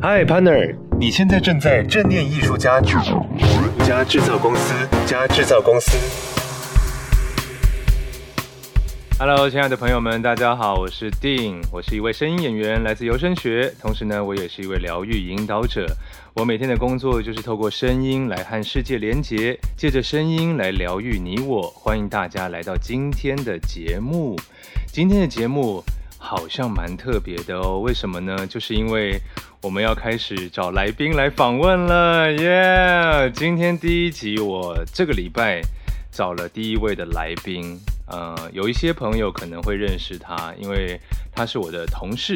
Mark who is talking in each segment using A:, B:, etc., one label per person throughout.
A: 嗨，partner，你现在正在正念艺术家加制造公司加制造公司。
B: Hello，亲爱的朋友们，大家好，我是 Dean，我是一位声音演员，来自游声学，同时呢，我也是一位疗愈引导者。我每天的工作就是透过声音来和世界连结，借着声音来疗愈你我。欢迎大家来到今天的节目。今天的节目好像蛮特别的哦，为什么呢？就是因为我们要开始找来宾来访问了，耶、今天第一集，我这个礼拜找了第一位的来宾，呃，有一些朋友可能会认识他，因为他是我的同事，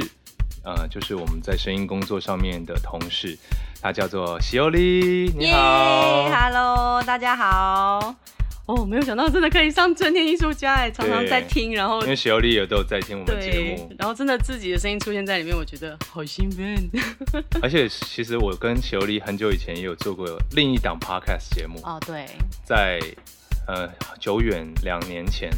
B: 呃，就是我们在声音工作上面的同事，他叫做西欧丽，你
C: 耶
B: 好。
C: ，Hello，大家好。哦，没有想到真的可以上正念艺术家哎，常常在听，然后
B: 因为西欧丽有都有在听我们节
C: 对
B: 目，，
C: 然后真的自己的声音出现在里面，我觉得好兴奋
B: 而且其实我跟西欧丽很久以前也有做过另一档 podcast 节目，
C: 哦。对，
B: 在呃久远两年前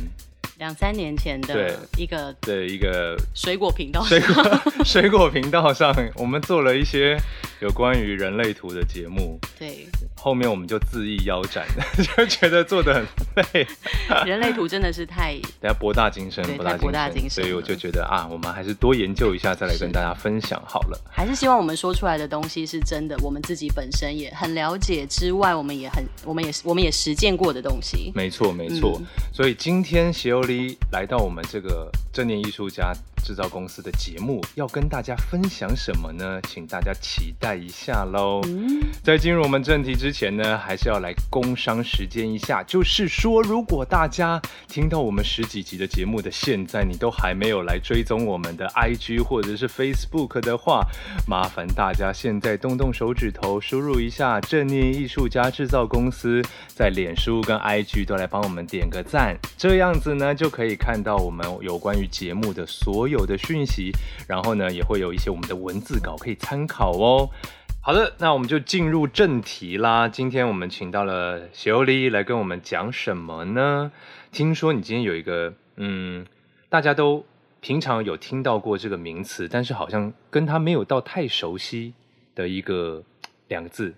C: 两三年前
B: 对
C: 的一个
B: 的一个
C: 水果频道，
B: 水果 水果频道上，我们做了一些有关于人类图的节目，
C: 对，
B: 后面我们就恣意腰斩， 就觉得做的很累。
C: 人类图真的是太
B: 等下博大精深，
C: 对
B: 博大
C: 太
B: 精
C: 博大
B: 深，
C: 精深
B: 所以我
C: 了
B: 就觉得啊，我们还是多研究一下，再来跟
C: 是
B: 大家分享好了。
C: 还是希望我们说出来的东西是真的，我们自己本身也很了解之外，我们也很，我们也我们也实践过的东西。
B: 没错，没错。所以今天协欧里来到我们这个正念艺术家制造公司的节目，要跟大家分享什么呢？请大家期待一下喽。在进入我们正题之前呢，还是要来工商时间一下，就是说，如果大家听到我们十几集的节目的现在，你都还没有来追踪我们的 IG 或者是 Facebook 的话，麻烦大家现在动动手指头，输入一下“正念艺术家制造公司”，在脸书跟 IG 都来帮我们点个赞，这样子呢就可以看到我们有关于节目的所有的讯息，然后呢也会有一些我们的文字稿可以参考哦。好的，那我们就进入正题啦。今天我们请到了协欧丽来跟我们讲什么呢？听说你今天有一个，嗯，大家都平常有听到过这个名词，但是好像跟它没有到太熟悉的一个两个字，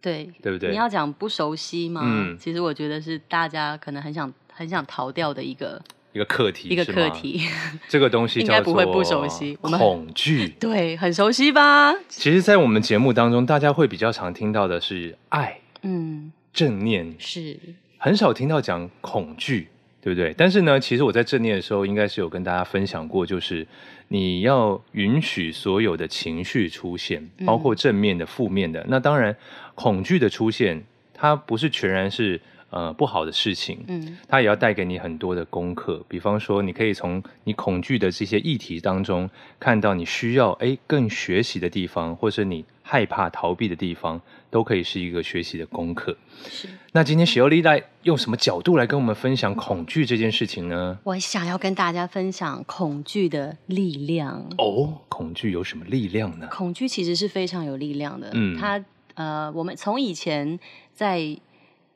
C: 对，
B: 对不对？
C: 你要讲不熟悉吗？
B: 嗯
C: 其实我觉得是大家可能很想很想逃掉的一个
B: 一个课题，
C: 一个
B: 是
C: 课
B: 吗。
C: 题。
B: 这个东西
C: 应
B: 叫
C: 该
B: 做
C: 不会不熟悉我们
B: 恐惧。
C: 对，很熟悉吧？
B: 其实，在我们节目当中，大家会比较常听到的是爱、
C: 嗯，
B: 正念，
C: 是
B: 很少听到讲恐惧，对不对？但是呢，其实我在正念的时候，应该是有跟大家分享过，就是你要允许所有的情绪出现，
C: 嗯
B: 包括正面的、负面的。那当然，恐惧的出现，它不是全然是呃不好的事情，
C: 嗯
B: 它也要带给你很多的功课。比方说，你可以从你恐惧的这些议题当中，看到你需要诶更学习的地方，或是你害怕逃避的地方，都可以是一个学习的功课。
C: 是。
B: 那今天雪欧丽来用什么角度来跟我们分享恐惧这件事情呢？
C: 我想要跟大家分享恐惧的力量。
B: 哦，恐惧有什么力量呢？
C: 恐惧其实是非常有力量的。
B: 嗯
C: 它呃，我们从以前在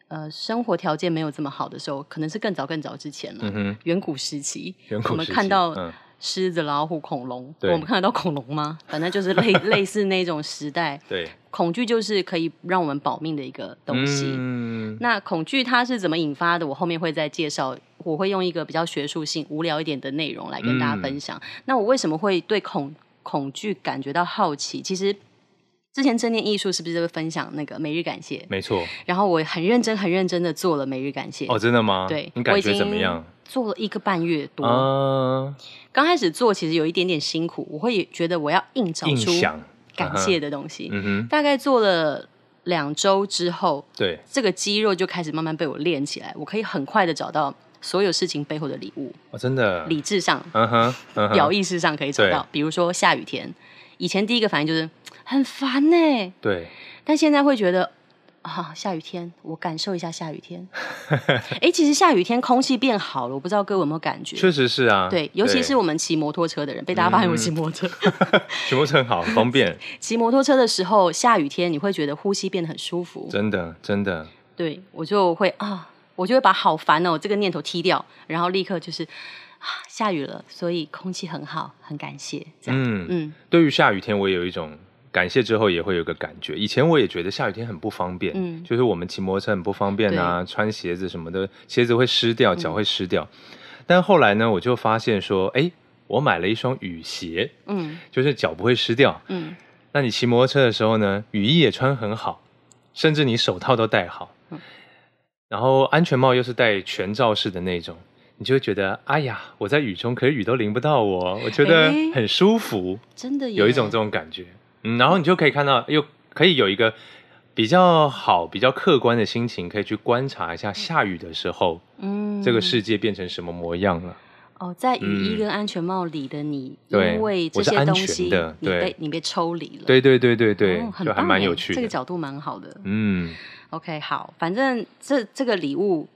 C: 呃生活条件没有这么好的时候，可能是更早更早之前了，
B: 嗯哼，
C: 远古时期，
B: 远古
C: 我们
B: 时期
C: 看到
B: 嗯
C: 狮子、老虎、恐龙，
B: 对
C: 我们看得到恐龙 吗？反正就是类 类似那种时代，
B: 对，
C: 恐惧就是可以让我们保命的一个东西。
B: 嗯
C: 那恐惧它是怎么引发的？我后面会再介绍，我会用一个比较学术性、无聊一点的内容来跟大家分享。
B: 嗯
C: 那我为什么会对恐恐惧感觉到好奇？其实之前正念艺术是不是会分享那个每日感谢？
B: 没错。
C: 然后我很认真、很认真的做了每日感谢。
B: 哦，真的吗？
C: 对，
B: 你感觉怎么样？？
C: 做了一个半月多，
B: 啊，
C: 刚开始做其实有一点点辛苦，我会觉得我要硬找
B: 印
C: 出
B: 象，
C: 感谢的东西。
B: 嗯哼，
C: 大概做了两周之后，
B: 对，
C: 这个肌肉就开始慢慢被我练起来，我可以很快的找到所有事情背后的礼物，
B: 哦，真的，
C: 理智上、
B: 嗯哼，嗯哼，
C: 表意识上可以找到
B: 对。
C: 比如说下雨天，以前第一个反应就是很烦呢、
B: 对，
C: 但现在会觉得啊，下雨天我感受一下下 雨天。哎、其实下雨天空气变好了，我不知道各位有没有感
B: 确
C: 觉？
B: 实是啊，嗯
C: 对，尤其是我们骑摩托车的人，被大家发现我骑摩托车。
B: 全部是很好，很方便，
C: 骑摩托车的时候，下雨天你会觉得呼吸变得很舒服。
B: 真的，真的，
C: 对我就会啊，我就会把好烦哦这个念头踢掉，然后立刻就是啊，下雨了，所以空气很好，很感谢这样。
B: 嗯，
C: 嗯，
B: 对于下雨天，我也有一种感谢之后也会有个感觉。以前我也觉得下雨天很不方便，
C: 嗯
B: 就是我们骑摩托车很不方便啊，穿鞋子什么的，鞋子会湿
C: 嗯
B: 掉，脚会湿掉。但后来呢，我就发现说，哎，我买了一双雨鞋，
C: 嗯
B: 就是脚不会湿掉。
C: 嗯，
B: 那你骑摩托车的时候呢，雨衣也穿很好，甚至你手套都戴好，
C: 嗯
B: 然后安全帽又是戴全罩式的那种，你就会觉得，哎呀，我在雨中，可是雨都淋不到我，我觉得
C: 诶
B: 很舒服，
C: 真的耶
B: 有一种这种感觉。嗯，然后你就可以看到，又可以有一个比较好、比较客观的心情，可以去观察一下下雨的时候，
C: 嗯
B: 这个世界变成什么模样了。
C: 哦，在雨衣
B: 嗯
C: 跟安全帽里的你，
B: 对
C: 因为这
B: 我是
C: 些
B: 安
C: 东
B: 全
C: 西，
B: 的
C: 你被
B: 对
C: 你被抽离了，
B: 对对对对对，
C: 哦、很
B: 就还
C: 棒
B: 蛮
C: 耶
B: 有趣的。
C: 这个角度蛮好的。
B: 嗯，
C: OK，好，反正这这个礼物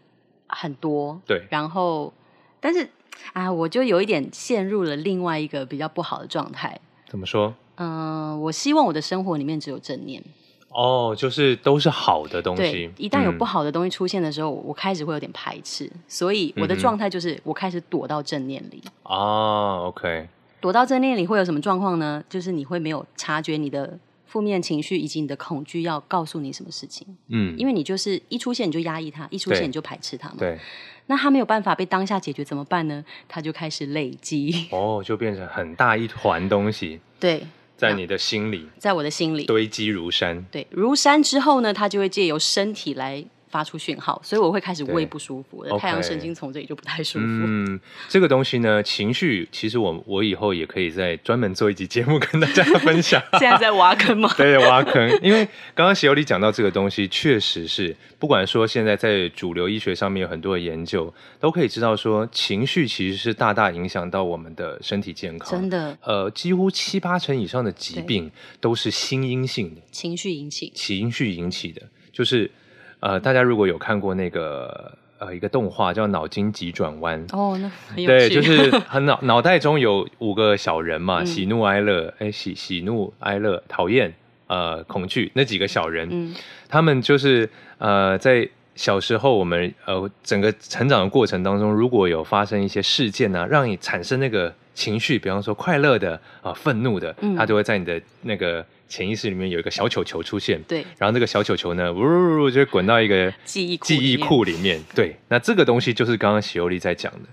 C: 很多，
B: 对
C: 然后但是啊，我就有一点陷入了另外一个比较不好的状态。
B: 怎么说？
C: 嗯、我希望我的生活里面只有正念。
B: 哦，就是都是好的东
C: 对
B: 西。，
C: 一旦有不
B: 嗯、
C: 好的东西出现的时候，我开始会有点排斥，所以我的
B: 嗯哼
C: 状态就是我开始躲到正念里。
B: 哦，OK，
C: 躲到正念里会有什么状况呢？就是你会没有察觉你的负面情绪以及你的恐惧要告诉你什么事情，
B: 嗯，
C: 因
B: 为
C: 为你就是一出现你就压抑它，一出
B: 对
C: 现你就排斥它嘛。
B: 对，
C: 那它没有办法被当下解决怎么办呢？它就开始累积，
B: 哦，就变成很大一团东西
C: 对，
B: 在
C: 那
B: 你的心里
C: 在我的心里，
B: 堆积如山。
C: 对，如山之后呢，它就会借由身体来发出讯号，所以我会开始
B: 对
C: 胃不舒服，我的
B: OK
C: 太阳神经从这里就不太舒服。
B: 嗯，这个东西呢，情绪其实我我以后也可以再专门做一集节目跟大家分 享。
C: 现在在挖坑吗？
B: 对，挖坑。因为刚刚喜欧里讲到这个东西，确实是不管说现在在主流医学上面有很多的研究，都可以知道说情绪其实是大大影响到我们的身体健康。
C: 真的
B: 呃，几乎七八成以上的疾病都是心因性的
C: 情绪引起，
B: 情绪引起的，就是呃，大家如果有看过那个呃一个动画叫《脑筋急转弯》。
C: 哦，那很有
B: 对，
C: 趣，
B: 就是很脑脑袋中有五个小人嘛，
C: 嗯
B: 喜怒哀乐，哎，喜喜怒哀乐，讨厌，呃，恐惧那几个小人，
C: 嗯
B: 他们就是呃，在小时候我们呃整个成长的过程当中，如果有发生一些事件呢、让你产生那个情绪，比方说快乐的啊、愤怒的
C: 嗯，
B: 它就会在你的那个潜意识里面有一个小球球出现。
C: 对，
B: 然后这个小球球呢，呜呜呜，就会滚到一个
C: 记忆库
B: 记忆
C: 里面
B: 库里面。对，那这个东西就是刚刚喜欧丽在讲的，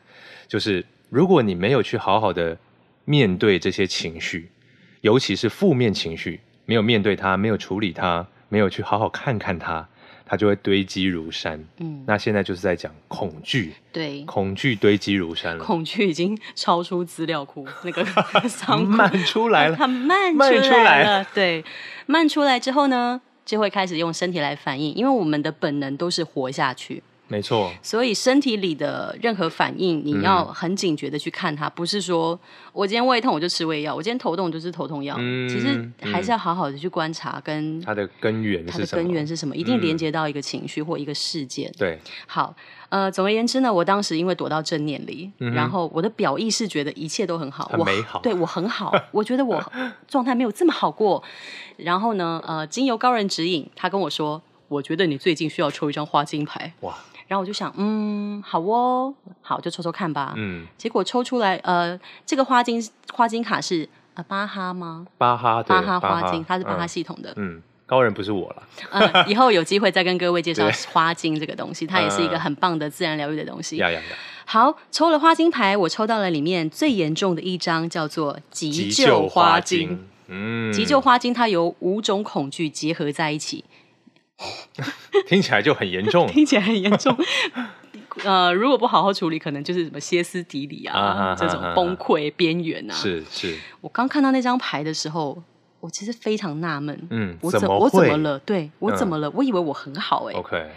B: 就是如果你没有去好好的面对这些情绪，尤其是负面情绪，没有面对它，没有处理它，没有去好好看看它，它就会堆积如山。
C: 嗯，
B: 那现在就是在讲恐惧，
C: 对，
B: 恐惧堆积如山了，
C: 嗯恐惧已经超出资料库 那个仓库，
B: 漫出来了
C: 它。漫
B: 漫出
C: 出来
B: 来
C: 了。对，漫出来之后呢，就会开始用身体来反应，因为我们的本能都是活下去，
B: 没错，
C: 所以身体里的任何反应，
B: 嗯
C: 你要很警觉的去看它，不是说我今天胃痛我就吃胃药，我今天头痛我就吃头痛药，
B: 嗯
C: 其实还是要好好的去观察跟
B: 它的根源
C: 它
B: 是
C: 的
B: 什么？
C: 根源是什么，一定
B: 嗯
C: 连接到一个情绪或一个事件。
B: 对，
C: 好，呃，总而言之呢，我当时因为躲到正念里，
B: 嗯哼
C: 然后我的表意是觉得一切都很好，
B: 很
C: 我
B: 美好
C: 对我很 好，我觉得我状态没有这么好过。然后呢，呃，经由高人指引，他跟我说，我觉得你最近需要抽一张花金牌。
B: 哇，
C: 然后我就想，嗯，好哦，好就抽抽看吧。
B: 嗯，
C: 结果抽出来，呃，这个花金花金卡是呃巴哈吗？
B: 巴哈对
C: 巴哈花金，它是巴哈
B: 嗯
C: 系统的。
B: 嗯，高人不是我了，
C: 呃，以后有机会再跟各位介绍
B: 对
C: 花金这个东西，它也是一个
B: 嗯
C: 很棒的自然疗愈的东西。
B: 呀呀呀，
C: 好，抽了花金牌，我抽到了里面最严重的一张，叫做急救花金。，
B: 嗯，
C: 急救花金它由五种恐惧结合在一起，
B: 听起来就很严 重
C: 听起来很严重。呃，如果不好好处理，可能就是什么歇斯底里
B: 啊
C: 啊，
B: 哈哈
C: 这种崩溃边缘啊。
B: 是是，
C: 我刚看到那张牌的时候，我其实非常纳闷，
B: 嗯
C: 我怎
B: 怎么
C: 我怎
B: 会
C: 么了？对我
B: 嗯
C: 怎么了？我以为我很好哎、
B: OK，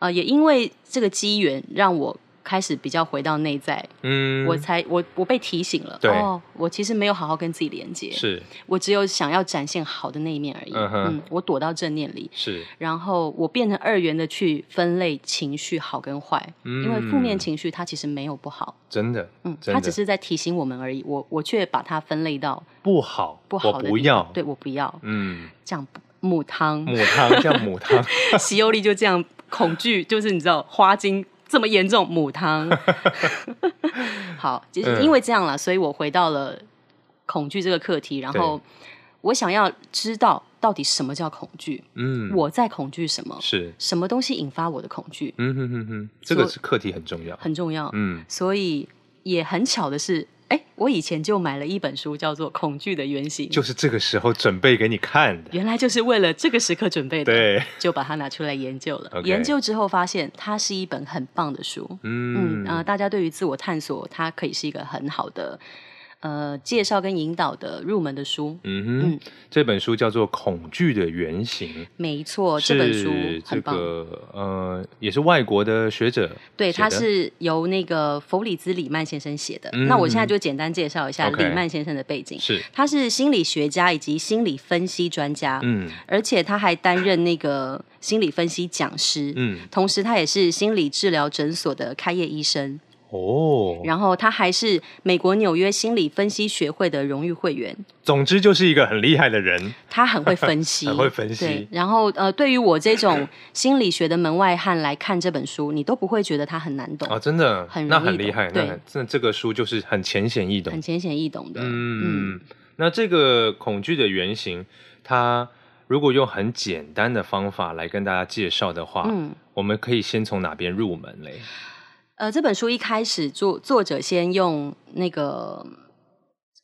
C: 呃，也因为这个机缘，让我开始比较回到内在，
B: 嗯，
C: 我才我我被提醒了，
B: 对
C: 哦，我其实没有好好跟自己连接，
B: 是
C: 我只有想要展现好的那一面而已。
B: 嗯哼
C: 嗯，我躲到正念里，
B: 是，
C: 然后我变成二元的去分类情绪好跟坏，
B: 嗯
C: 因为负面情绪它其实没有不好，
B: 真的，
C: 嗯，
B: 真
C: 它
B: 的
C: 只是在提醒我们而已。我我却把它分类到
B: 不好，
C: 不好
B: 我
C: 的地方，
B: 不要，
C: 对我不要
B: 嗯，
C: 这样不母汤，
B: 母 汤叫母汤，
C: 喜优利就这样恐惧，就是你知道花精这么严重，母汤。
B: 嗯
C: 好，就是因为这样啦，所以我回到了恐惧这个课题，然后。我想要知道到底什么叫恐惧，
B: 嗯，
C: 我在恐惧什么，
B: 是，
C: 什么东西引发我的恐惧，
B: 嗯哼哼哼，这
C: 所
B: 个是课题很重要，
C: 很重要。
B: 嗯，
C: 所以也很巧的是，哎，我以前就买了一本书，叫做《恐惧的原型》，
B: 就是这个时候准备给你看的，
C: 原来就是为了这个时刻准备的，
B: 对，
C: 就把它拿出来研究了。
B: OK
C: 研究之后发现，它是一本很棒的书。嗯
B: 嗯
C: 啊、呃大家对于自我探索，它可以是一个很好的呃介绍跟引导的入门的书。
B: 嗯哼，
C: 嗯
B: 这本书叫做《恐惧的原型》，
C: 没错，这
B: 是
C: 本书
B: 这
C: 很棒。
B: 个呃，也是外国的学者
C: 对，
B: 写
C: 它
B: 的
C: 是由那个弗里兹·里曼先生写的。
B: 嗯
C: 那我现在就简单介绍一下
B: OK
C: 里曼先生的背景。
B: 是
C: 他是心理学家以及心理分析专家，
B: 嗯
C: 而且他还担任那个心理分析讲师。
B: 嗯
C: 同时，他也是心理治疗诊所的开业医生，
B: 哦，
C: 然后他还是美国纽约心理分析学会的荣誉会员。
B: 总之就是一个很厉害的人，
C: 他很会分析，
B: 很会分析
C: 对，然后呃，对于我这种心理学的门外汉来看这本书，你都不会觉得它很难懂，
B: 啊，真的，
C: 很
B: 那
C: 容易
B: 很厉
C: 懂
B: 害，那
C: 对
B: 很那这个书就是很浅显易
C: 很
B: 懂。
C: 浅显易懂的。
B: 嗯，那这个恐惧的原型，它如果用很简单的方法来跟大家介绍的话，
C: 嗯
B: 我们可以先从哪边入门嘞？
C: 呃，这本书一开始作作者先用那个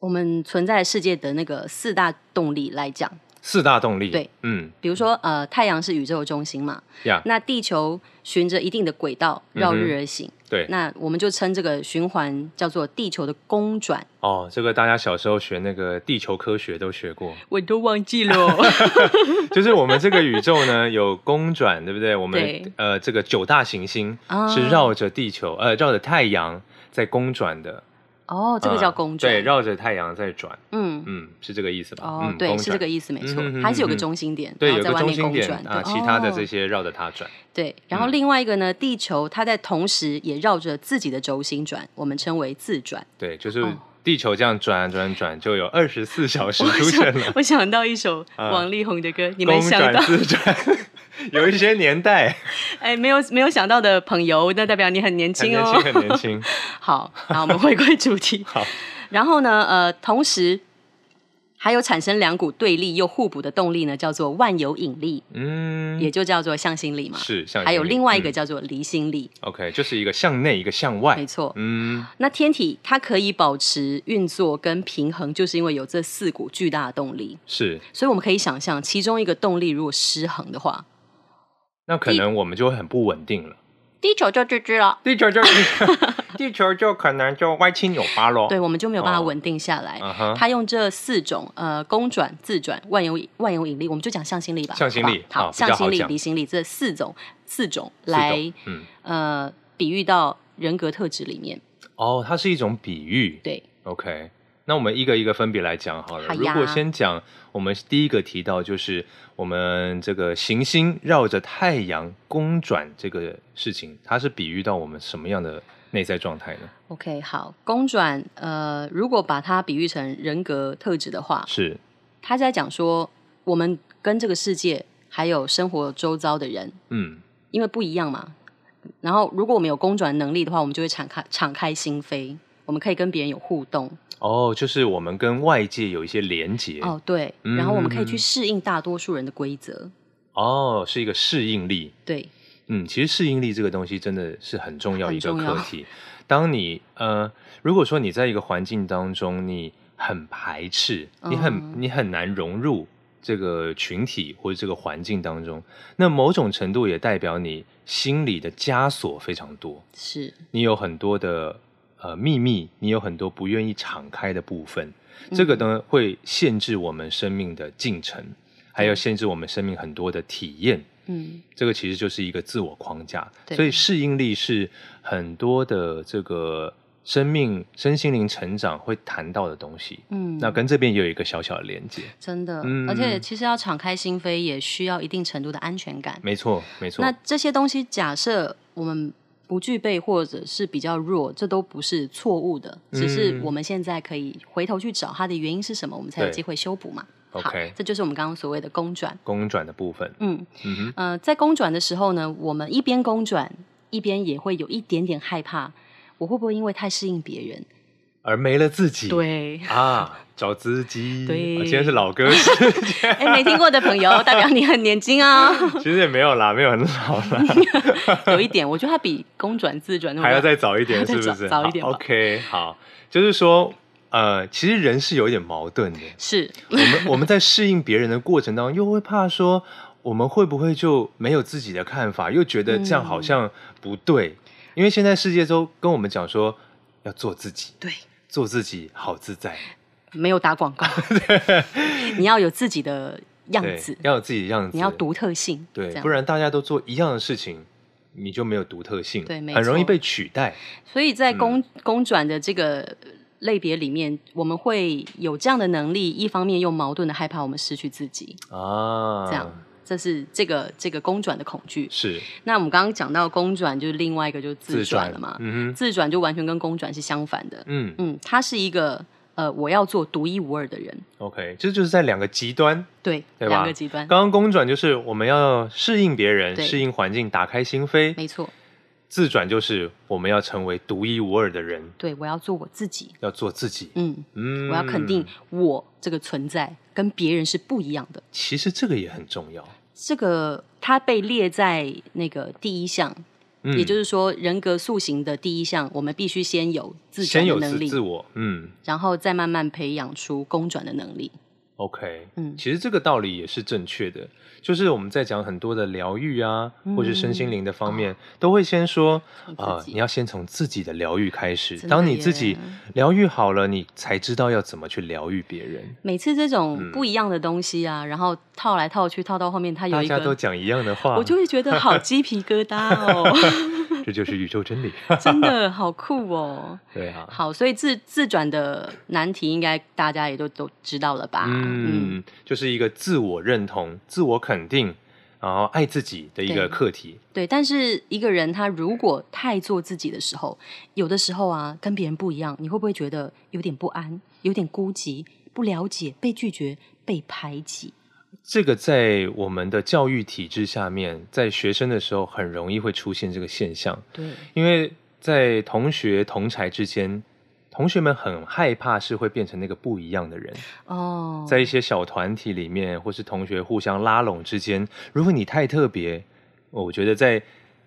C: 我们存在世界的那个四大动力来讲，
B: 四大动力，
C: 对，
B: 嗯
C: 比如说呃，太阳是宇宙中心嘛，
B: 呀，
C: 那地球循着一定的轨道绕
B: 嗯
C: 日而行，
B: 对，
C: 那我们就称这个循环叫做地球的公转。
B: 哦，这个大家小时候学那个地球科学都学过，
C: 我都忘记了，
B: 就是我们这个宇宙呢有公转，对不 对？我们
C: 对
B: 呃这个九大行星
C: 啊
B: 是绕着地球，呃绕着太阳在公转的，
C: 哦，这个
B: 嗯
C: 叫公转，
B: 对，绕着太阳在转，
C: 嗯，
B: 嗯，是这个意思吧？
C: 哦
B: 嗯，
C: 对，
B: 公
C: 是
B: 转
C: 这个意思，没
B: 嗯
C: 错
B: 哼，哼
C: 它是有个
B: 哼
C: 中心点，
B: 对，
C: 然
B: 有
C: 后在
B: 个
C: 外
B: 中
C: 面
B: 心
C: 公
B: 点
C: 转，
B: 啊，
C: 对
B: 其他的这
C: 哦
B: 些绕着它转。
C: 对，然后
B: 嗯
C: 另外一个呢，地球它在同时也绕着自己的轴心转，我们称为自转。
B: 对，就是
C: 哦
B: 地球这样转转转，就有二十四小时出现了。
C: 我想到一首
B: 啊
C: 王力宏的歌， 你们
B: 公
C: 想
B: 转
C: 到
B: 自转， 有一些年代，
C: 哎，没有没有想到的朋友，那代表你很年
B: 很
C: 轻
B: 年
C: 哦。
B: 轻，很年轻。
C: 好，然后我们回归主 题。
B: 好，
C: 然后呢，呃，同时还有产生两股对立又互补的动力呢，叫做万有引力，
B: 嗯，
C: 也就叫做向心力嘛。
B: 是向
C: 还有
B: 心力
C: 另外一个
B: 嗯
C: 叫做离心力，
B: OK，就是一个向内，一个向外。
C: 没错。
B: 嗯，
C: 那天体它可以保持运作跟平衡，就是因为有这四股巨大的动力。
B: 是。
C: 所以我们可以想象，其中一个动力如果失衡的话，
B: 那可能我们就会很不稳定了。
C: 地球就吱吱了，
B: 地 球就地球就可能就歪七扭八喽。
C: 对，，我们就没有办法
B: 哦
C: 稳定下来。
B: 嗯哼，
C: 他用这四种呃公转、自转、万有万有引力，我们就讲向心力吧，
B: 向心力好
C: 好吧好，
B: 比较
C: 向心
B: 好
C: 力、
B: 讲
C: 离心力这四种四种
B: 四种
C: 来
B: 嗯，
C: 呃比喻到人格特质里面，
B: 哦，它是一种比喻。
C: 对，
B: OK，那我们一个一个分别来讲好了。
C: 好
B: 如
C: 呀
B: 果先讲，我们第一个提到就是我们这个行星绕着太阳公转这个事情，它是比喻到我们什么样的内在状态呢？
C: OK，好，公转，呃，如果把它比喻成人格特质的话，
B: 是
C: 他在讲说我们跟这个世界还有生活周遭的人，
B: 嗯，
C: 因为不一样嘛。然后，如果我们有公转能力的话，我们就会敞开敞开心扉，我们可以跟别人有互动。
B: 哦，就是我们跟外界有一些连接。
C: 哦，对，
B: 嗯
C: 然后我们可以去适应大多数人的规则。
B: 哦，是一个适应力。
C: 对，
B: 嗯，其实适应力这个东西真的是很重要一个
C: 很重
B: 课
C: 要
B: 题。当你呃，如果说你在一个环境当中，你很排斥，你很、
C: 嗯
B: 你很难融入这个群体或者这个环境当中，那某种程度也代表你心里的枷锁非常多，
C: 是
B: 你有很多的呃秘密，你有很多不愿意敞开的部分，
C: 嗯
B: 这个呢会限制我们生命的进程，还有
C: 对
B: 限制我们生命很多的体验。
C: 嗯，
B: 这个其实就是一个自我框架，
C: 对
B: 所以适应力是很多的这个生命、身心灵成长会谈到的东西。
C: 嗯，
B: 那跟这边也有一个小小的连接，
C: 真的，
B: 嗯
C: 而且其实要敞开心扉，也需要一定程度的安全感。
B: 没错，没错
C: 那，这些东西，假设我们不具备或者是比较弱，这都不是错误的，只是
B: 嗯
C: 我们现在可以回头去找它的原因是什么，我们才有
B: 对
C: 机会修补嘛。好
B: OK
C: 这就是我们刚刚所谓的公转。
B: 公转的部分，
C: 嗯，
B: 嗯哼，
C: 呃，在公转的时候呢，我们一边公转，一边也会有一点点害怕，我会不会因为太适应别人？
B: 而没了自己，
C: 对，
B: 啊，找自己。
C: 对
B: 啊今天是老歌时 间，
C: 哎，没听过的朋 友，代表你很年轻啊。
B: 其实也没有啦，没有很老啦，
C: 有一点，我觉得它比公转自转那种
B: 还要再早一点，是不
C: 再
B: 是？
C: 早早一点吧
B: 好 OK，好，就是说，呃，其实人是有一点矛盾的。
C: 是
B: 我们我们在适应别人的过程当中，又会怕说。我们会不会就没有自己的看法，又觉得这样好
C: 嗯
B: 像不对？因为现在世界都跟我们讲说要做自己，
C: 对，
B: 做自己好自在，
C: 没有打 广告，你要有自己的样子
B: 对，要有自己的样子，
C: 你要独特性，
B: 对
C: 这，样
B: 不然大家都做一样的事情，你就没有独特性，
C: 对没
B: 很容易
C: 错
B: 被取代。
C: 所以在公、
B: 嗯
C: 公转的这个类别里面，我们会有这样的能力，一方面又矛盾的害怕我们失去自己，
B: 啊，
C: 这样。这是这个这个公转的恐惧。
B: 是
C: 那我们刚刚讲到公转，就是另外一个就是自转了嘛。
B: 嗯哼，
C: 自转就完全跟公转是相反的。
B: 嗯
C: 嗯，他是一个呃，我要做独一无二的人，
B: ，OK，这就是在两个极端。
C: 对，
B: 对吧
C: 两个极端
B: 刚，刚公转就是我们要适应别人，
C: 对
B: 适应环境，打开心扉；
C: 没错，
B: 自转就是我们要成为独一无二的人，
C: 对我要做我自己。
B: 要做自己。
C: 嗯，
B: 嗯
C: 我要肯定，我这个存在跟别人是不一样的。
B: 其实这个也很重要。
C: 这个它被列在那个第一项，
B: 嗯
C: 也就是说人格塑形的第一项，我们必须先有自转
B: 先
C: 的
B: 有
C: 能
B: 自
C: 力，
B: 自我，嗯
C: 然后再慢慢培养出公转的能力。
B: ，OK，
C: 嗯，
B: 其实这个道理也是正确的，就是我们在讲很多的疗愈啊，或是身心灵的方面，都会先说
C: 从嗯自
B: 啊、
C: 己
B: 你要先从自己的疗愈开始。
C: 真的
B: 当你自己
C: 耶
B: 疗愈好了，你才知道要怎么去疗愈别人。
C: 每次这种
B: 嗯
C: 不一样的东西啊，然后套来套去，套到后面它有
B: 大
C: 一
B: 家都啊
C: 个，
B: 讲一样的话，
C: 我就会觉得好鸡皮疙 瘩哦，
B: 这就是宇宙真理。
C: 真的好酷哦。
B: 对啊，
C: 好，所以自自转的难题应该大家也就都知道了吧？嗯，
B: 嗯，就是一个自我认同、自我肯定，然后爱自己的一个
C: 对
B: 课题。
C: 对，但是一个人他如果太做自己的时候，有的时候啊，跟别人不一样，你会不会觉得有点不安，有点孤寂，不了解，被拒绝，被排挤？
B: 这个在我们的教育体制下面，在学生的时候很容易会出现这个现象。
C: 对，
B: 因为在同学同才之间，同学们很害怕是会变成那个不一样的人。
C: 哦，
B: 在一些小团体里面，或是同学互相拉拢之间，如果你太特别，我觉得在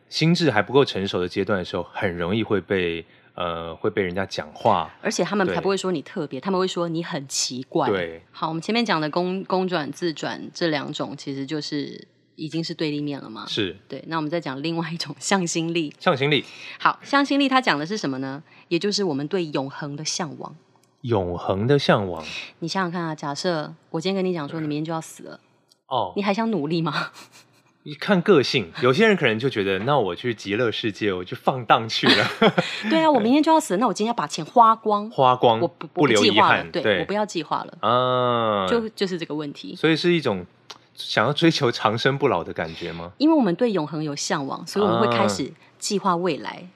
B: 心智还不够成熟的阶段的时候，很容易会被呃会被人家讲话。
C: 而且他们
B: 对
C: 才不会说你特别，他们会说你很奇怪。，
B: 对，
C: 好，我们前面讲的公公转、自转这两种，其实就是已经是对立面了嘛。
B: 是
C: 对，那我们再讲另外一种 向心力。
B: 向心力，
C: 好，向心力它讲的是什么呢？也就是我们对永恒的向往。
B: 永恒的向往。
C: 你想想看啊，假设我今天跟你
B: 啊
C: 讲说你明天就要死了，
B: 哦
C: 你，还想努力吗？
B: 你看个性，有些人可能就觉得，那我去极乐世界，我去放荡去了，
C: 对啊，我明天就要死了，那我今天要把钱花光，
B: 花光，
C: 我不我
B: 留
C: 计
B: 遗
C: 划
B: 憾
C: 了，。对我不要计划了，
B: 啊，
C: 就就是这个问题。
B: 所以是一种想要追求长生不老的感觉吗？
C: 因为我们对永恒有向往，所以我们会
B: 啊
C: 开始计划未来，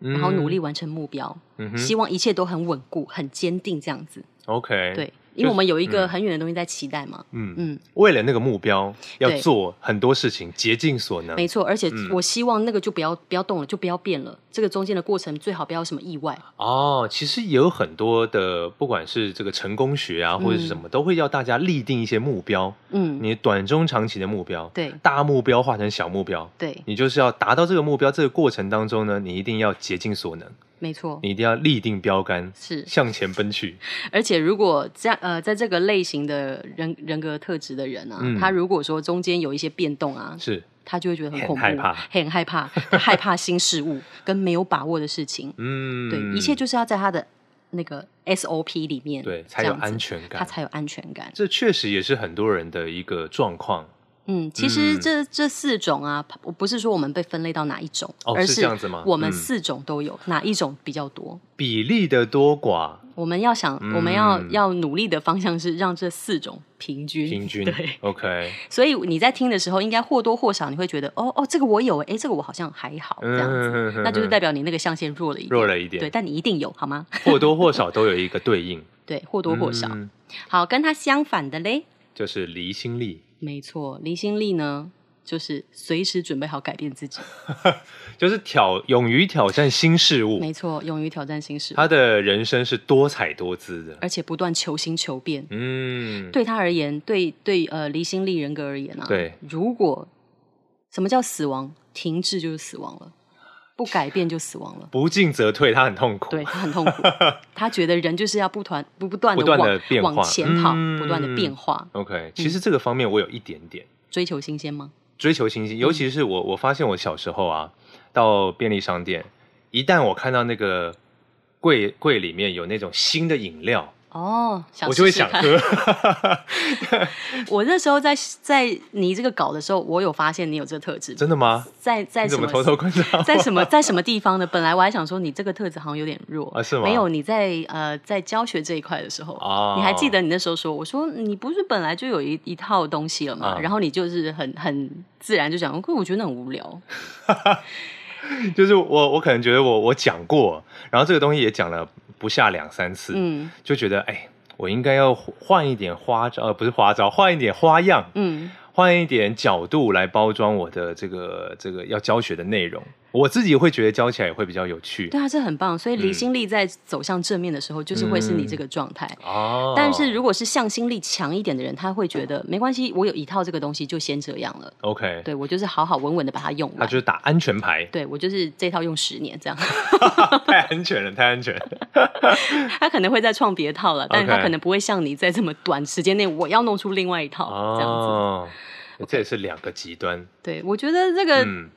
B: 然
C: 然后努力，完成目标，
B: 嗯
C: 希
B: 哼
C: 望一切都很稳固、很坚定这样子。
B: ，OK，
C: 对，，
B: 就
C: 因
B: 是
C: 为我们有一个
B: 嗯
C: 很远的东西在期待嘛。
B: 嗯，
C: 嗯，
B: 为了那个目标，要
C: 对
B: 做很多事情，竭尽所能
C: 没。错，而且
B: 嗯
C: 我希望那个就不要不要动了，就不要变了。这个中间的过程最好不要有什么意外。
B: 哦，其实也有很多的，不管是这个成功学啊，或者是什么，都会要大家立定一些目标，
C: 嗯，
B: 你短中长期的目标，
C: 对
B: 大目标化成小目标。
C: 对，
B: 你就是要达到这个目标，这个过程当中呢，你一定要竭尽所能，
C: 没错，
B: 你一定要立定标杆，
C: 是。
B: 向前奔去。
C: 而且如果这样呃，在这个类型的人人格特质的人啊，
B: 嗯
C: 他如果说中间有一些变动啊，
B: 是，
C: 他就会觉得很恐怖，
B: 很害怕
C: 很害怕， 他害怕新事物跟没有把握的事情。
B: 嗯，
C: 对，一切就是要在他的那个 SOP 里面，
B: 对才有
C: 这样子
B: 安全感
C: 他才有安全感。
B: 这确实也是很多人的一个状况
C: 嗯，其实这、这四种啊，我不是说我们被分类到哪一种，
B: 哦
C: 而
B: 是这样子吗
C: 我们
B: 嗯
C: 四种都有，哪一种比较多？
B: 比例的多寡
C: 我们要想，
B: 嗯
C: 我们要要努力的方向是让这四种平均，
B: 平均。
C: 对，
B: OK，
C: 所以你在听的时候，应该或多或少你会觉得，哦哦，这个我有，哎，这个我好像还好，这样子，
B: 嗯
C: 那就是代表你那个象限弱了一点，
B: 弱了一点
C: 对，但你一定有，好吗？
B: 或多或少都有一个对应，
C: 对，或 多或少。
B: 嗯
C: 好，跟它相反的嘞，
B: 就是离心力。
C: 没错，离心力呢，就是随时准备好改变自己。
B: 哦就是挑勇于挑战新事物，
C: 没错，勇于挑战新事物，
B: 他的人生是多彩多姿的。
C: 而且不断求新求变。
B: 嗯，
C: 对他而言，对对呃离心力人格而言啊，
B: 对，
C: 如果什么叫死亡？停滞就是死亡了，不改变就死亡了。
B: 不进则退，他很痛苦。
C: 对他很痛 苦，他觉得人就是要不团不不断的
B: 不断
C: 往
B: 地变化
C: 往前跑，
B: 嗯
C: 不断的变化，
B: ，OK，其实这个方面我有一点点
C: 追求新鲜吗？
B: 追求新
C: 嗯
B: 鲜，尤其是我我发现我小时候啊，到便利商店，一旦我看到那个柜柜里面有那种新的饮料，
C: 哦，想
B: 我就会
C: 试试
B: 想
C: 看。
B: 喝。
C: 我那时候在在你这个搞的时候，我有发现你有这个特 质，
B: 真的吗？
C: 在 在
B: 你
C: 什
B: 怎么
C: 么
B: 偷偷观察我？
C: 在什么在什么地方呢？本来我还想说你这个特质好像有点弱
B: 啊是吗
C: 没有，你在呃在教学这一块的时候，
B: 哦
C: 你还记得你那时候说，我说嗯你不是本来就有一一套东西了嘛，
B: 啊
C: 然后你就是很很自然就讲，可我觉得很 无聊，
B: 就是我我可能觉得我我讲过，然后这个东西也讲了不下两三次，
C: 嗯
B: 就觉得哎，我应该要换一点花招，呃，不是花招，换一点花样，
C: 嗯，
B: 换一点角度来包装我的这个这个要教学的内容。我自己会觉得教起来也会比较有趣
C: 对啊，这很棒。所以
B: 嗯
C: 离心力在走向正面的时候，就是会是你这个状态。
B: 哦。
C: 但是如果是向心力强一点的人，他会觉得没关系，我有一套这个东西就先这样了。
B: OK，
C: 对我就是好好稳稳的把它用
B: 他
C: 完，
B: 就。是打安全牌
C: 对我就是这套用十年这样。
B: 太安全了，太安全了。
C: 他可能会再创别套了，但是他
B: OK
C: 可能不会像你在这么短时间内，我要弄出另外一套、 这样子。
B: 哦，这也是两个极端。
C: 对，我觉得这个
B: 嗯，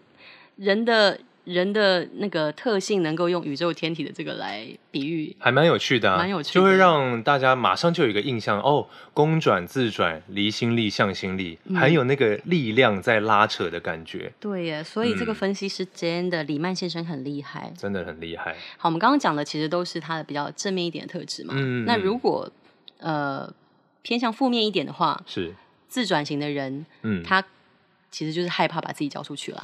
C: 人的、人的那个特性，能够用宇宙天体的这个来比喻，
B: 还蛮有趣的、啊，
C: 蛮有趣的
B: 就会让大家马上就有一个印象哦，公转自转，离心力向心力，
C: 嗯
B: 还有那个力量在拉扯的感觉，
C: 对耶。所以这个
B: 嗯
C: 分析师真的李曼先生很厉害。
B: 真的很厉害。
C: 好，我们刚刚讲的其实都是他的比较正面一点的特质嘛。
B: 嗯
C: 那如果呃偏向负面一点的话，
B: 是，
C: 自转型的人
B: 嗯，
C: 他其实就是害怕把自己交出去了。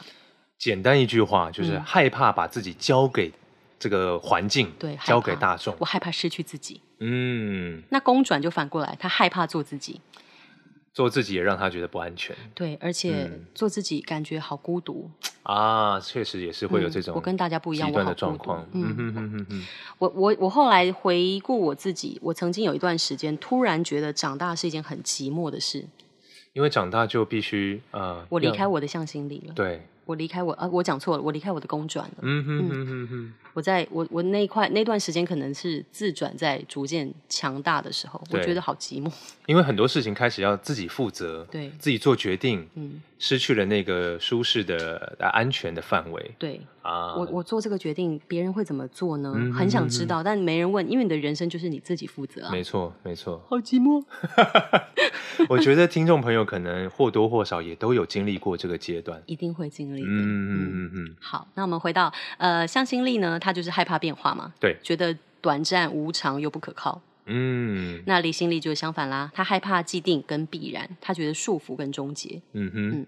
B: 简单一句话就是
C: 嗯
B: 害怕把自己交给这个环境，
C: 对害
B: 交给
C: 怕
B: 大众
C: 我。害怕失去自己。
B: 嗯，
C: 那公转就反过来，他害怕做自己。
B: 做自己也让他觉得不安全
C: 对，而且
B: 嗯
C: 做自己感觉好孤独，
B: 啊，确实也是会有这种、
C: 嗯我跟大家不一样
B: 极端
C: 我好
B: 的状
C: 孤独
B: 况。
C: 嗯
B: 嗯哼哼哼哼，
C: 我我我后来回顾我自己，我曾经有一段时间突然觉得长大是一件很寂寞的事。
B: 因为长大就必须呃，
C: 我离
B: 要
C: 开我的向心力了，
B: 对，
C: 我离开我呃，我讲错了，我离开我的公转了。
B: 嗯哼哼哼哼，
C: 我在我我那一块那段时间可能是自转在逐渐强大的时候，我
B: 对
C: 觉得好寂寞。
B: 因为很多事情开始要自己负责，
C: 对
B: 自己做决定，
C: 嗯，
B: 失去了那个舒适的、呃安全的范围
C: 对
B: 啊。
C: 我我做这个决定，别人会怎么做呢？
B: 嗯
C: 很想
B: 嗯
C: 知
B: 嗯
C: 道，但没人问，因为你的人生就是你自己负责啊。。
B: 没错，没错
C: 好寂寞。
B: 我觉得听众朋友可能或多或少也都有经历过这个阶段。
C: 一定会经历的。嗯，
B: 嗯嗯嗯，
C: 好，那我们回到呃向心力呢，它就是害怕变化嘛，
B: 对，
C: 觉得短暂、无常又不可靠。
B: 嗯
C: 那离心力就相反啦，他害怕既定跟必然，他觉得束缚跟终结。
B: 嗯
C: 嗯
B: 哼。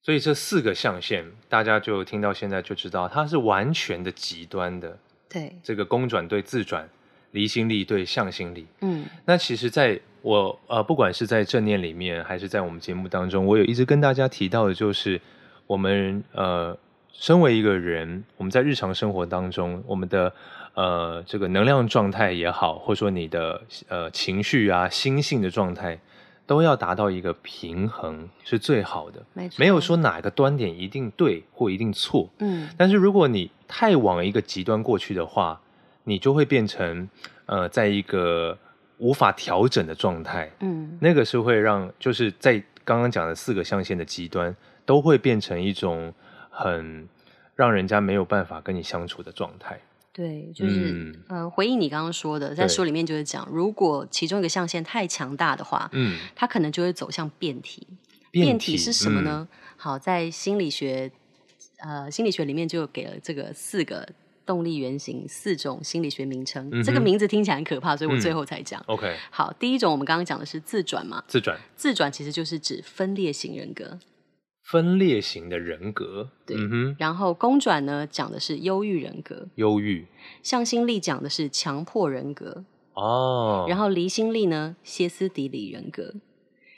B: 所以这四个象限，大家就听到现在就知道，它是完全的极端的。
C: 对，
B: 这个公转对自转，离心力对向心力。
C: 嗯，
B: 那其实，在我呃，不管是在正念里面，还是在我们节目当中，我有一直跟大家提到的，就是我们呃，身为一个人，我们在日常生活当中，我们的呃这个能量状态也好，或者说你的呃情绪啊、心性的状态，都要达到一个平衡是最好的。
C: 没错，
B: 没有说，哪个端点一定对或一定错，
C: 嗯，
B: 但是如果你太往一个极端过去的话，你就会变成呃，在一个无法调整的状态。
C: 嗯，
B: 那个是会让，就是在刚刚讲的四个象限的极端，都会变成一种很让人家没有办法跟你相处的状态。
C: 对，就是。
B: 嗯
C: 呃，回应你刚刚说的，在
B: 对
C: 书里面就是讲，如果其中一个象限太强大的话，
B: 嗯，
C: 它可能就会走向变体。
B: 变嗯
C: 体是什么？呢？好，在心理学，呃，心理学里面就给了这个四个动力原型四种心理学名称。
B: 嗯哼
C: 这个名字听起来很可怕，所以我
B: 嗯
C: 最后才讲。
B: 嗯 OK，
C: 好，第一种我们刚刚讲的是自转嘛，
B: 自转
C: 自转其实就是指分裂型人格，
B: 分裂型的人格，
C: 对
B: 嗯哼，
C: 然后公转呢讲的是忧郁人格，
B: 忧郁
C: 向心力讲的是强迫人格，
B: 哦，
C: 然后离心力呢歇斯底里人格。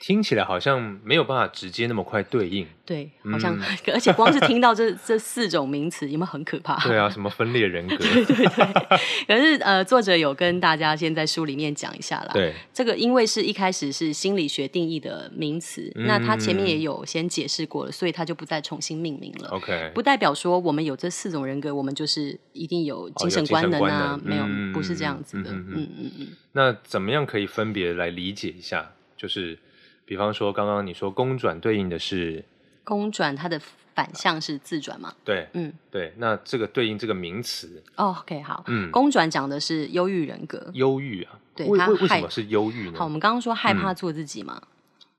B: 听起来好像没有办法直接那么快对应。
C: 对，好像、
B: 嗯
C: 而且光是听到这这四种名词，有没有很可怕？
B: 对啊，什么分裂人格？
C: 对对， 可是呃，作者有跟大家先在书里面讲一下啦。
B: 对，
C: 这个因为是一开始是心理学定义的名词，
B: 嗯
C: 那他前面也有先解释过了，所以他就不再重新命名了。
B: OK，
C: 不代表说我们有这四种人格，我们就是一定有精神官能啊，
B: 有精神官能
C: 没有、
B: 嗯
C: 不是这样子
B: 嗯
C: 的。嗯
B: 嗯
C: 嗯嗯嗯，
B: 那怎么样可以分别来理解一下？就是比方说，刚刚你说公转对应的是
C: 公转它的反向是自转嘛？
B: 对
C: 嗯，
B: 对，那这个对应这个名词，
C: 哦，OK，好，
B: 嗯，
C: 公转讲的是忧郁人格。
B: 忧郁啊，
C: 对
B: 为
C: 它
B: 为为什
C: 害
B: 么是忧郁呢？
C: 好，我们刚刚说害
B: 嗯
C: 怕做自己嘛，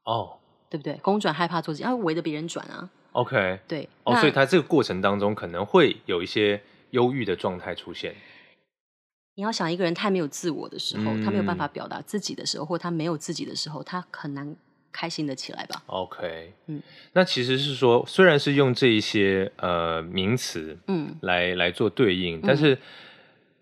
B: 哦
C: 对不对？公转害怕做自己，要围着别人转啊。
B: ，OK，
C: 对，
B: 哦，
C: 那
B: 所以它这个过程当中可能会有一些忧郁的状态出现。
C: 你要想一个人太没有自我的时候，
B: 嗯
C: 他没有办法表达自己的时候，或他没有自己的时候，他很难开心的起来吧？
B: OK，
C: 嗯，
B: 那其实是说，虽然是用这一些呃名词
C: 嗯，
B: 来来做对应，但是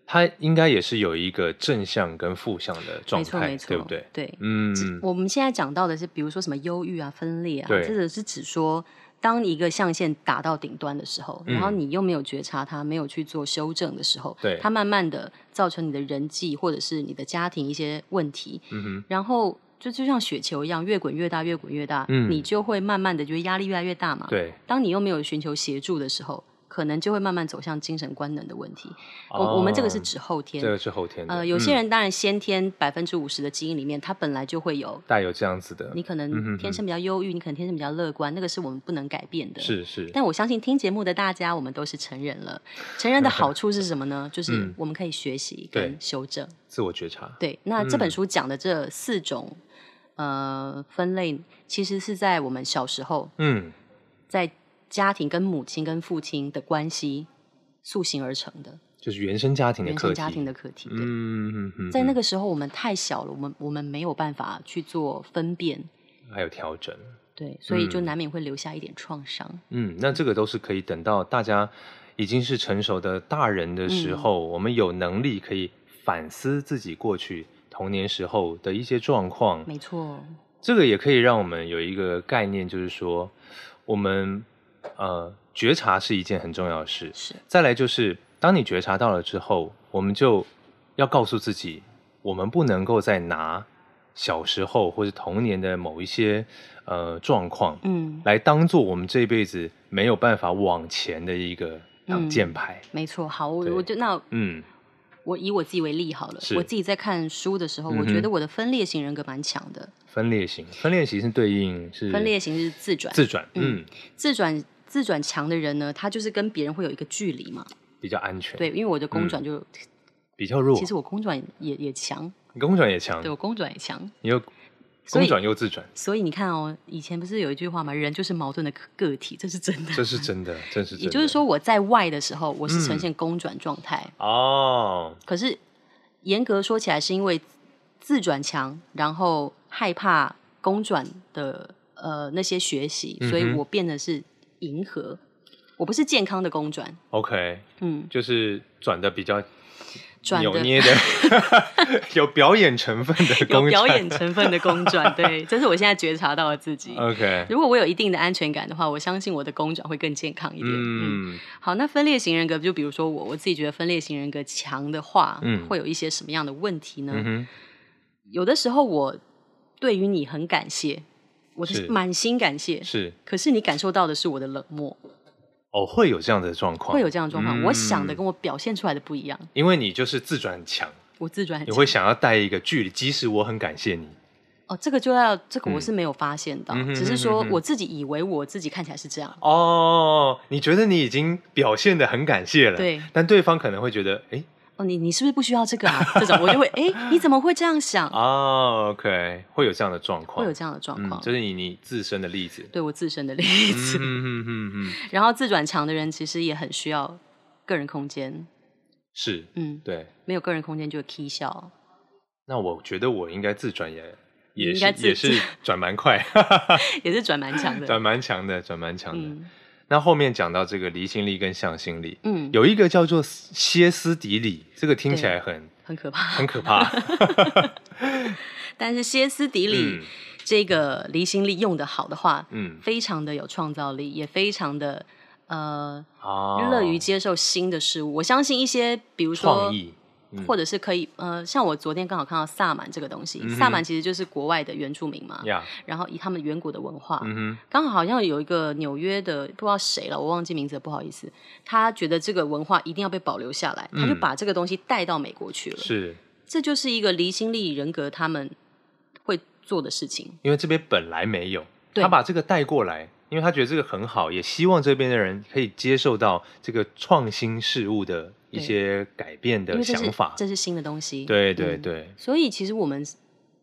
B: 它应该也是有一个正向跟负向的状
C: 没错
B: 态，
C: 没错，
B: 对不对？嗯，
C: 只我们现在讲到的是，比如说什么忧郁啊、分裂啊，
B: 对
C: 这个是指说，当一个象限达到顶端的时候，
B: 嗯
C: 然后你又没有觉察它，没有去做修正的时候，
B: 对
C: 它慢慢的造成你的人际或者是你的家庭一些问题，
B: 嗯哼，
C: 然后就就像雪球一样，越滚越大，越滚越大，
B: 嗯
C: 你就会慢慢的觉得压力越来越大嘛。
B: 对。
C: 当你又没有寻求协助的时候，可能就会慢慢走向精神官能的问题。
B: 哦
C: 我我们这个是指后天，
B: 这个是后天的。
C: 呃，有些
B: 嗯
C: 人当然先天百分之五十的基因里面，他本来就会有。
B: 带有这样子的，
C: 你可
B: 嗯哼
C: 能
B: 哼
C: 天生比较忧郁，你可能天生比较乐观，那个是我们不能改变的。。
B: 是是，
C: 但我相信听节目的大家，我们都是成人了。成人的好处是什么呢？就是我们可以学习
B: 嗯对
C: 跟修正。
B: 自我觉察。
C: 对，那这本
B: 嗯
C: 书讲的这四种、呃分类，其实是在我们小时候
B: 嗯，
C: 在家庭跟母亲跟父亲的关系塑形而成的
B: 就是原生家庭的
C: 原
B: 课
C: 生
B: 题。
C: 家庭的课题。对，
B: 嗯，嗯嗯
C: 在那
B: 个
C: 个时候我们太小了，我们我们没有办法去做分辨，
B: 还有调整。
C: 对，所以就
B: 嗯
C: 难免会留下一点创伤。
B: 嗯，那这个都是可以等到大家已经是成熟的大人的
C: 嗯
B: 时候，我们有能力可以反思自己过去童年时候的一些状况。
C: 没错，
B: 这个也可以让我们有一个概念，就是说，我们呃觉察是一件很重要的事。
C: 是
B: 再来就是，当你觉察到了之后，我们就要告诉自己，我们不能够再拿小时候或是童年的某一些呃状况，
C: 嗯，
B: 来当做我们这辈子没有办法往前的一个挡
C: 嗯
B: 箭牌。
C: 没错。好，我
B: 对
C: 我就那
B: 嗯
C: 我以我自己为例好了
B: 是，
C: 我自己在看书的时候，我
B: 嗯
C: 觉
B: 哼
C: 得我的分裂型人格蛮强的，
B: 分裂型，分裂型是对应是
C: 分裂型是自转，
B: 自转，嗯
C: 嗯，自转自转强的人呢，他就是跟别人会有一个距离嘛。
B: 比较安全，
C: 对，，因为我的公
B: 嗯
C: 转就、
B: 比较弱。
C: 其实我公转也也强，
B: 你公转也强
C: 对，我公转也强。
B: 你又
C: 所
B: 公
C: 以
B: 转又自转，
C: 所以你看哦，以前不是有一句话嘛，人就是矛盾的个个体，这是真的。
B: 这是真的，这是真的。
C: 也就是，说，我在外的时候，我是呈
B: 嗯
C: 现公转状态，
B: 哦，
C: 可是严格说起来，是因为自转强，然后害怕公转的呃那些学习，所
B: 嗯
C: 以
B: 哼
C: 我变得是迎合，我不是健康的公转，
B: OK，
C: 嗯，
B: 就是转的比较
C: 转
B: 扭
C: 的
B: 捏的， 有表演成分的
C: 有
B: 公
C: 表
B: 转
C: 演成分的公转， 对，这是我现在觉察到的自己。
B: OK，
C: 如果 我有一定的安全感的话，我相信我的公转会更健康一点。嗯，
B: 嗯
C: 好，那分裂型人格，就比如说我，我自己觉得分裂型人格强的话，
B: 嗯
C: 会有一些什么样的问题呢？
B: 嗯哼，
C: 有的时候我对于你很感谢，我
B: 是
C: 是满心感谢，
B: 是
C: 可是你感受到的是我的冷漠，
B: 哦，会有这样的状况，
C: 会有这样的状况。
B: 嗯
C: 我想的跟我表现出来的不一样，
B: 因为你就是自转很强，
C: 我自转很
B: 你
C: 强
B: 会想要带一个距离，即使我很感谢你，
C: 哦，这个就要这个
B: 嗯
C: 我是没有发现到，
B: 嗯哼
C: 只是说
B: 嗯哼
C: 我自己以为我自己看起来是这样。
B: 哦，你觉得你已经表现的很感谢了，
C: 对
B: 但对方可能会觉得，哎，
C: 哦，你你是不是不需要这个啊？这种我就会哎，你怎么会这样想？
B: 哦，OK，会有这样的状况，
C: 会有这样的状
B: 嗯
C: 况，
B: 这是以你自身的例子，
C: 对我自身的例子。
B: 嗯嗯嗯嗯，
C: 然后自转强的人其实也很需要个人空间，
B: 是
C: 嗯，
B: 对。
C: 没有个人空间就会 k 笑。
B: 那我觉得我应该自转也也
C: 你应
B: 是
C: 该自
B: 也是转蛮 快，
C: 也是转蛮强的。
B: 转蛮强的，转蛮强的。
C: 嗯
B: 那后面讲到这个离心力跟向心力，
C: 嗯，
B: 有一个叫做歇斯底里，这个听起来很
C: 很可怕。
B: 很可怕。
C: 但是歇斯底里
B: 嗯
C: 这个离心力用得好的话，
B: 嗯
C: 非常的有创造力，也非常的呃
B: 啊，
C: 乐于接受新的事物。我相信一些，比如说
B: 创。意，嗯
C: 或者是可以，呃，像我昨天刚好看到萨满这个东西，
B: 嗯哼
C: 萨满其实就是国外的原住民嘛，
B: 呀，
C: 然后以他们远古的文化，
B: 嗯哼，
C: 刚好好像有一个纽约的不知道谁了，我忘记名字了，不好意思。他觉得这个文化一定要被保留下来，
B: 嗯
C: 他就把这个东西带到美国去了。
B: 是
C: 这就是一个离心力人格他们会做的事情。
B: 因为这边本来没有，
C: 对
B: 他把这个带过来，因为他觉得这个很好，也希望这边的人可以接受到这个创新事物的一
C: 对
B: 些改变
C: 因
B: 的
C: 为这
B: 想
C: 是
B: 法。
C: 这是新的东西。
B: 对对
C: 嗯
B: 对，
C: 所以其实我们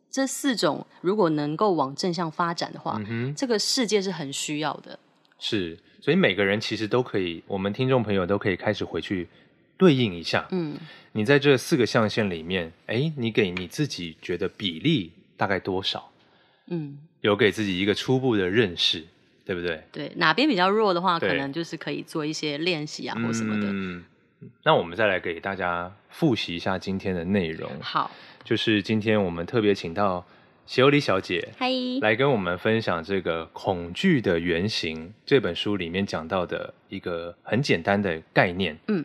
C: 这四种如果能够往正向发展的话，
B: 嗯哼。
C: 这个世界是很需要的。
B: 是，所以每个人其实都可以，我们听众朋友都可以开始回去对应一下。
C: 嗯，
B: 你在这四个象限里面，哎，你给你自己觉得比例大概多少？
C: 嗯，
B: 有给自己一个初步的认识，对不对？
C: 对，哪边比较弱的话，
B: 对
C: 可能就是可以做一些练习啊或什么的。
B: 嗯，那我们再来给大家复习一下今天的内容，
C: 好，
B: 就是今天我们特别请到谢欧里小姐
C: 嗨，
B: 来跟我们分享这个《恐惧的原型》这本书里面讲到的一个很简单的概念。
C: 嗯，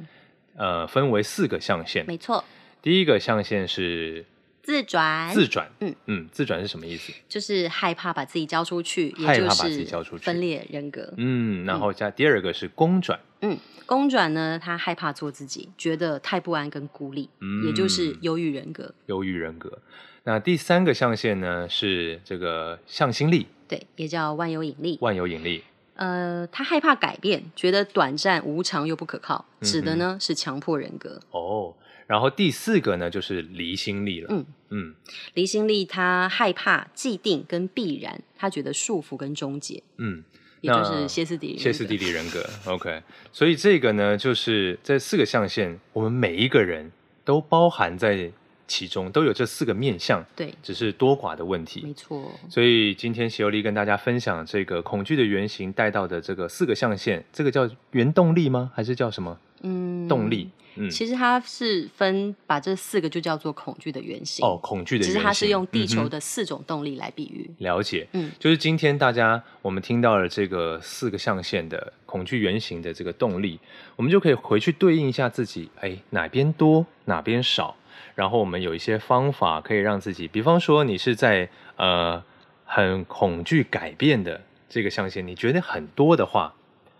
B: 呃，分为四个象限。
C: 没错，
B: 第一个象限是
C: 自转，
B: 自转，
C: 嗯
B: 嗯，自转是什么意思？
C: 就是害怕把自己交出去，
B: 害
C: 也
B: 怕
C: 就
B: 把自己
C: 是
B: 交出去
C: 分裂人格。
B: 嗯，然后加第二个是公转，
C: 嗯，公转呢，他害怕做自己，觉得太不安跟孤立，
B: 嗯
C: 也就是忧郁人格。
B: 忧郁人格。那第三个象限呢是这个向心力，
C: 对，也叫万有引力。
B: 万有引力。
C: 呃，他害怕改变，觉得短暂、无常又不可靠，
B: 嗯
C: 指的呢是强迫人格。
B: 哦，然后第四个呢就是离心力了。
C: 嗯
B: 嗯
C: 离心力他害怕既定跟必然，他觉得束缚跟终结，
B: 嗯，
C: 也
B: 那
C: 就是歇斯底里人格。
B: 歇斯底里人格。OK，所以这个呢就是这四个象限，我们每一个人都包含在其中，都有这四个面相，
C: 对，
B: 只是多寡的问题。
C: 没错。
B: 所以今天席欧丽跟大家分享这个恐惧的原型带到的这个四个象限，这个叫原动力吗？还是叫什么
C: 嗯，
B: 动力？嗯，
C: 其实它是分把这四个就叫做恐惧的原型
B: 哦，，恐惧的原
C: 只
B: 型，
C: 是它是用地球
B: 嗯
C: 的四种动力来比喻。
B: 哼了解。
C: 嗯
B: 就是今天大家我们听到了这个四个象限的恐惧原型的这个动力，我们就可以回去对应一下自己，哎，哪边多，哪边少。然后我们有一些方法可以让自己，比方说你是在呃很恐惧改变的这个象限，你觉得很多的话，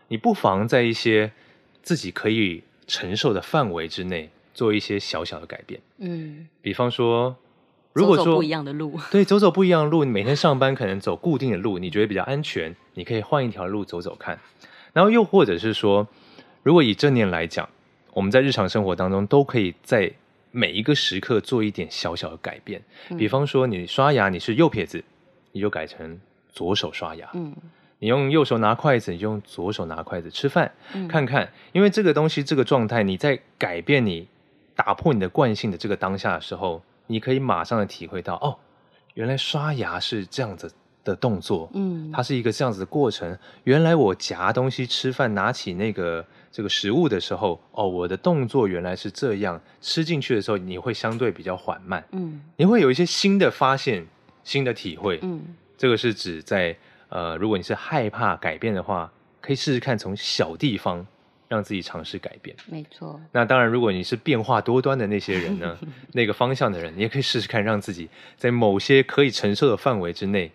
B: 你不妨在一些自己可以承受的范围之内做一些小小的改变。
C: 嗯，
B: 比方说，如果
C: 走
B: 说
C: 走不一样的路，
B: 对，走走不一样的路，你每天上班可能走固定的路，你觉得比较安全，你可以换一条路走走看。然后又或者是说，如果以正念来讲，我们在日常生活当中都可以在每一个时刻做一点小小的改变。
C: 嗯
B: 比方说，你刷牙你是右撇子，你就改成左手刷牙；
C: 嗯，
B: 你用右手拿筷子，你就用左手拿筷子吃饭。
C: 嗯
B: 看看，因为这个东西这个状态，你在改变你打破你的惯性的这个当下的时候，你可以马上的体会到哦，原来刷牙是这样子的动作，
C: 嗯，
B: 它是一个这样子的过程。原来我夹东西、吃饭、拿起那个这个食物的时候，哦，我的动作原来是这样。吃进去的时候，你会相对比较缓慢，
C: 嗯
B: 你会有一些新的发现、新的体会。
C: 嗯
B: 这个是指在呃，如果你是害怕改变的话，可以试试看从小地方让自己尝试改变。
C: 没错，
B: 那当然，如果你是变化多端的那些人呢，那个方向的人，你也可以试试看，让自己在某些可以承受的范围之内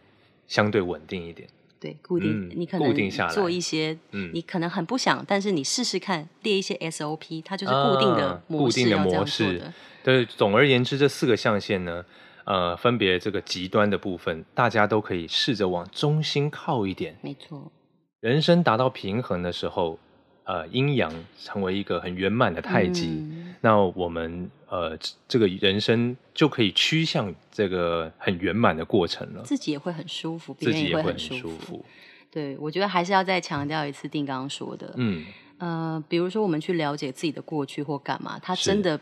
B: 相对稳定一点。
C: 对，固定、
B: 嗯
C: 你可
B: 固定下
C: 能
B: 来
C: 做一些，
B: 嗯
C: 你可能很不想，但是你试试看，列一些 SOP，它就是固定的
B: 啊
C: 模
B: 固定
C: 式
B: 的
C: 要这样
B: 模
C: 做
B: 式
C: 的，
B: 对，总而言之，这四个象限呢，呃，分别这个极端的部分，大家都可以试着往中心靠一点。
C: 没错，
B: 人生达到平衡的时候，呃，阴阳成为一个很圆满的太极。
C: 嗯
B: 那我们呃，这这个人生就可以趋向这个很圆满的过程了，
C: 自己也会很舒服，别
B: 自
C: 人
B: 己也
C: 会
B: 会
C: 很
B: 很舒
C: 服。
B: 服。
C: 对，我觉得还是要再强调一次定刚刚说的，
B: 嗯，
C: 呃，比如说我们去了解自己的过去或干嘛，它
B: 是
C: 真的，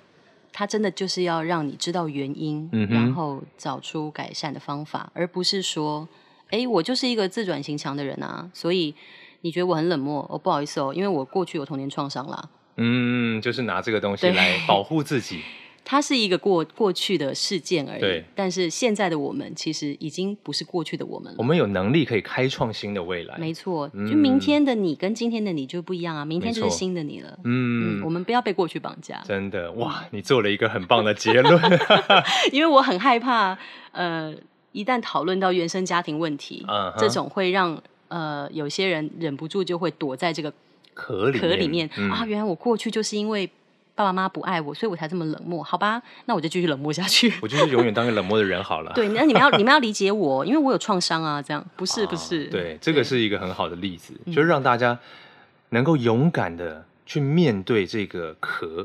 C: 它真的就是要让你知道原因，
B: 嗯哼
C: 然后找出改善的方法，而不是说，哎，我就是一个自转型强的人啊，所以你觉得我很冷漠，哦，不好意思哦，因为我过去有童年创伤啦，
B: 嗯，就是拿这个东西
C: 对
B: 来保护自己。
C: 它是一个过过去的事件而已
B: 对。
C: 但是现在的我们其实已经不是过去的我们
B: 我
C: 了。
B: 们有能力可以开创新的未来。
C: 没错，
B: 嗯
C: 就明天的你跟今天的你就不一样啊，明天就
B: 没
C: 是
B: 错
C: 新的你了。
B: 嗯
C: 嗯，我们不要被过去绑架，
B: 真的哇，你做了一个很棒的结论。
C: 因为我很害怕，呃，一旦讨论到原生家庭问题
B: 嗯哼
C: 这种会让呃有些人忍不住就会躲在这个
B: 壳里
C: 壳里面、
B: 嗯
C: 啊，原来我过去就是因为爸爸妈妈不爱我，所以我才这么冷漠，好吧？那我就继续冷漠下去。
B: 我就是永远当个冷漠的人好 了。
C: 对，那你们要你们要理解我，因为我有创伤啊，这样不是
B: 啊
C: 不是？
B: 对，这个
C: 对
B: 是一个很好的例子，
C: 嗯
B: 就是让大家能够勇敢的去面对这个壳，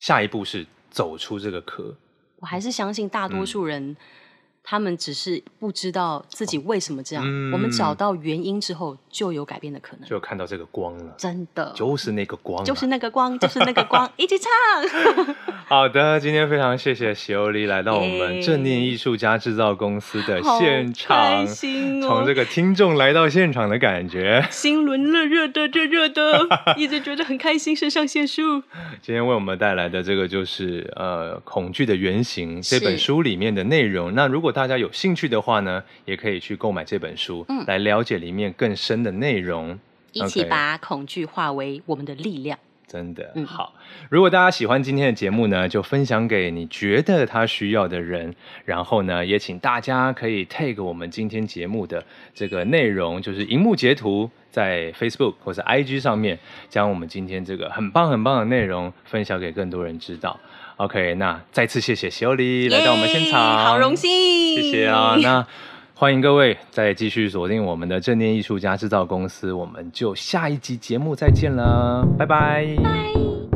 B: 下一步是走出这个壳。
C: 我还是相信大
B: 嗯
C: 多数人、他们只是不知道自己为什么这样。
B: 嗯
C: 我们找到原因之后，就有改变的可能。
B: 就看到这个光了，
C: 真的，
B: 就是那个光啊、
C: 就是那 个光，就是那个光，一起唱。
B: 好的。今天非常谢谢喜欧丽来到我们
C: 耶
B: 正念艺术家制造公司的
C: 好
B: 现
C: 开
B: 场，
C: 心哦
B: 从这个听众来到现场的感觉，
C: 心轮热热的，热热 的，一直觉得很开心，肾上腺素。
B: 今天为我们带来的这个就是呃《恐惧的原型》
C: 是
B: 这本书里面的内容。那如果大家有兴趣的话呢，也可以去购买这本书，
C: 嗯
B: 来了解里面更深的内容。
C: 一起
B: OK
C: 把恐惧化为我们的力量。
B: 真的、
C: 嗯
B: 好。如果大家喜欢今天的节目呢，就分享给你觉得他需要的人。然后呢，也请大家可以 tag 我们今天节目的这个内容，就是荧幕截图，在 Facebook 或是 IG 上面，将我们今天这个很棒很棒的内容分享给更多人知道。OK，那再次谢谢修理来到我们现场，
C: 耶好荣。幸，
B: 谢谢啊，那欢迎各位再继续锁定我们的正念艺术家制造公司，我们就下一集节目再见了，拜拜。
C: 拜。